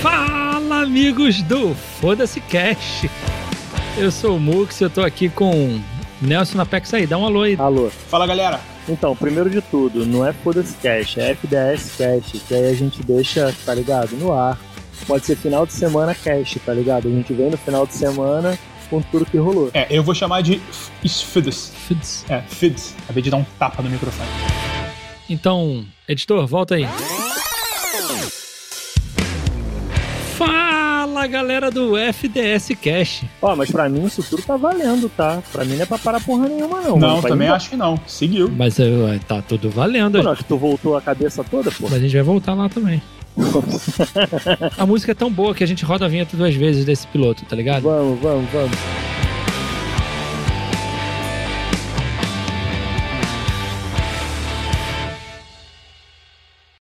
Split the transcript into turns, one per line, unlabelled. Fala, amigos do Foda-se Cast. Eu sou o Mux e eu tô aqui com Nelson Apex aí. Dá um alô aí.
Alô.
Fala galera,
Então, primeiro de tudo, não é Foda-se Cash, é FDS Cash, que aí a gente deixa, tá ligado, no ar. Pode ser final de semana cash, tá ligado? A gente vem no final de semana com tudo que rolou.
é, eu vou chamar de f- is- Fids.
Futs.
É, Fids. Acabei de dar um tapa no microfone.
Então, editor, volta aí. Fala, galera do FDS Cast.
Ó, mas pra mim isso tudo tá valendo, tá? Pra mim não é pra parar porra nenhuma, não.
Não,
mano. Pra
também
mim,
acho que não. Seguiu.
Mas eh, tá tudo valendo.
Pô, não, que tu voltou a cabeça toda, pô.
Mas a gente vai voltar lá também. A música é tão boa que a gente roda a vinheta duas vezes desse piloto, tá ligado?
vamos, vamos, vamos.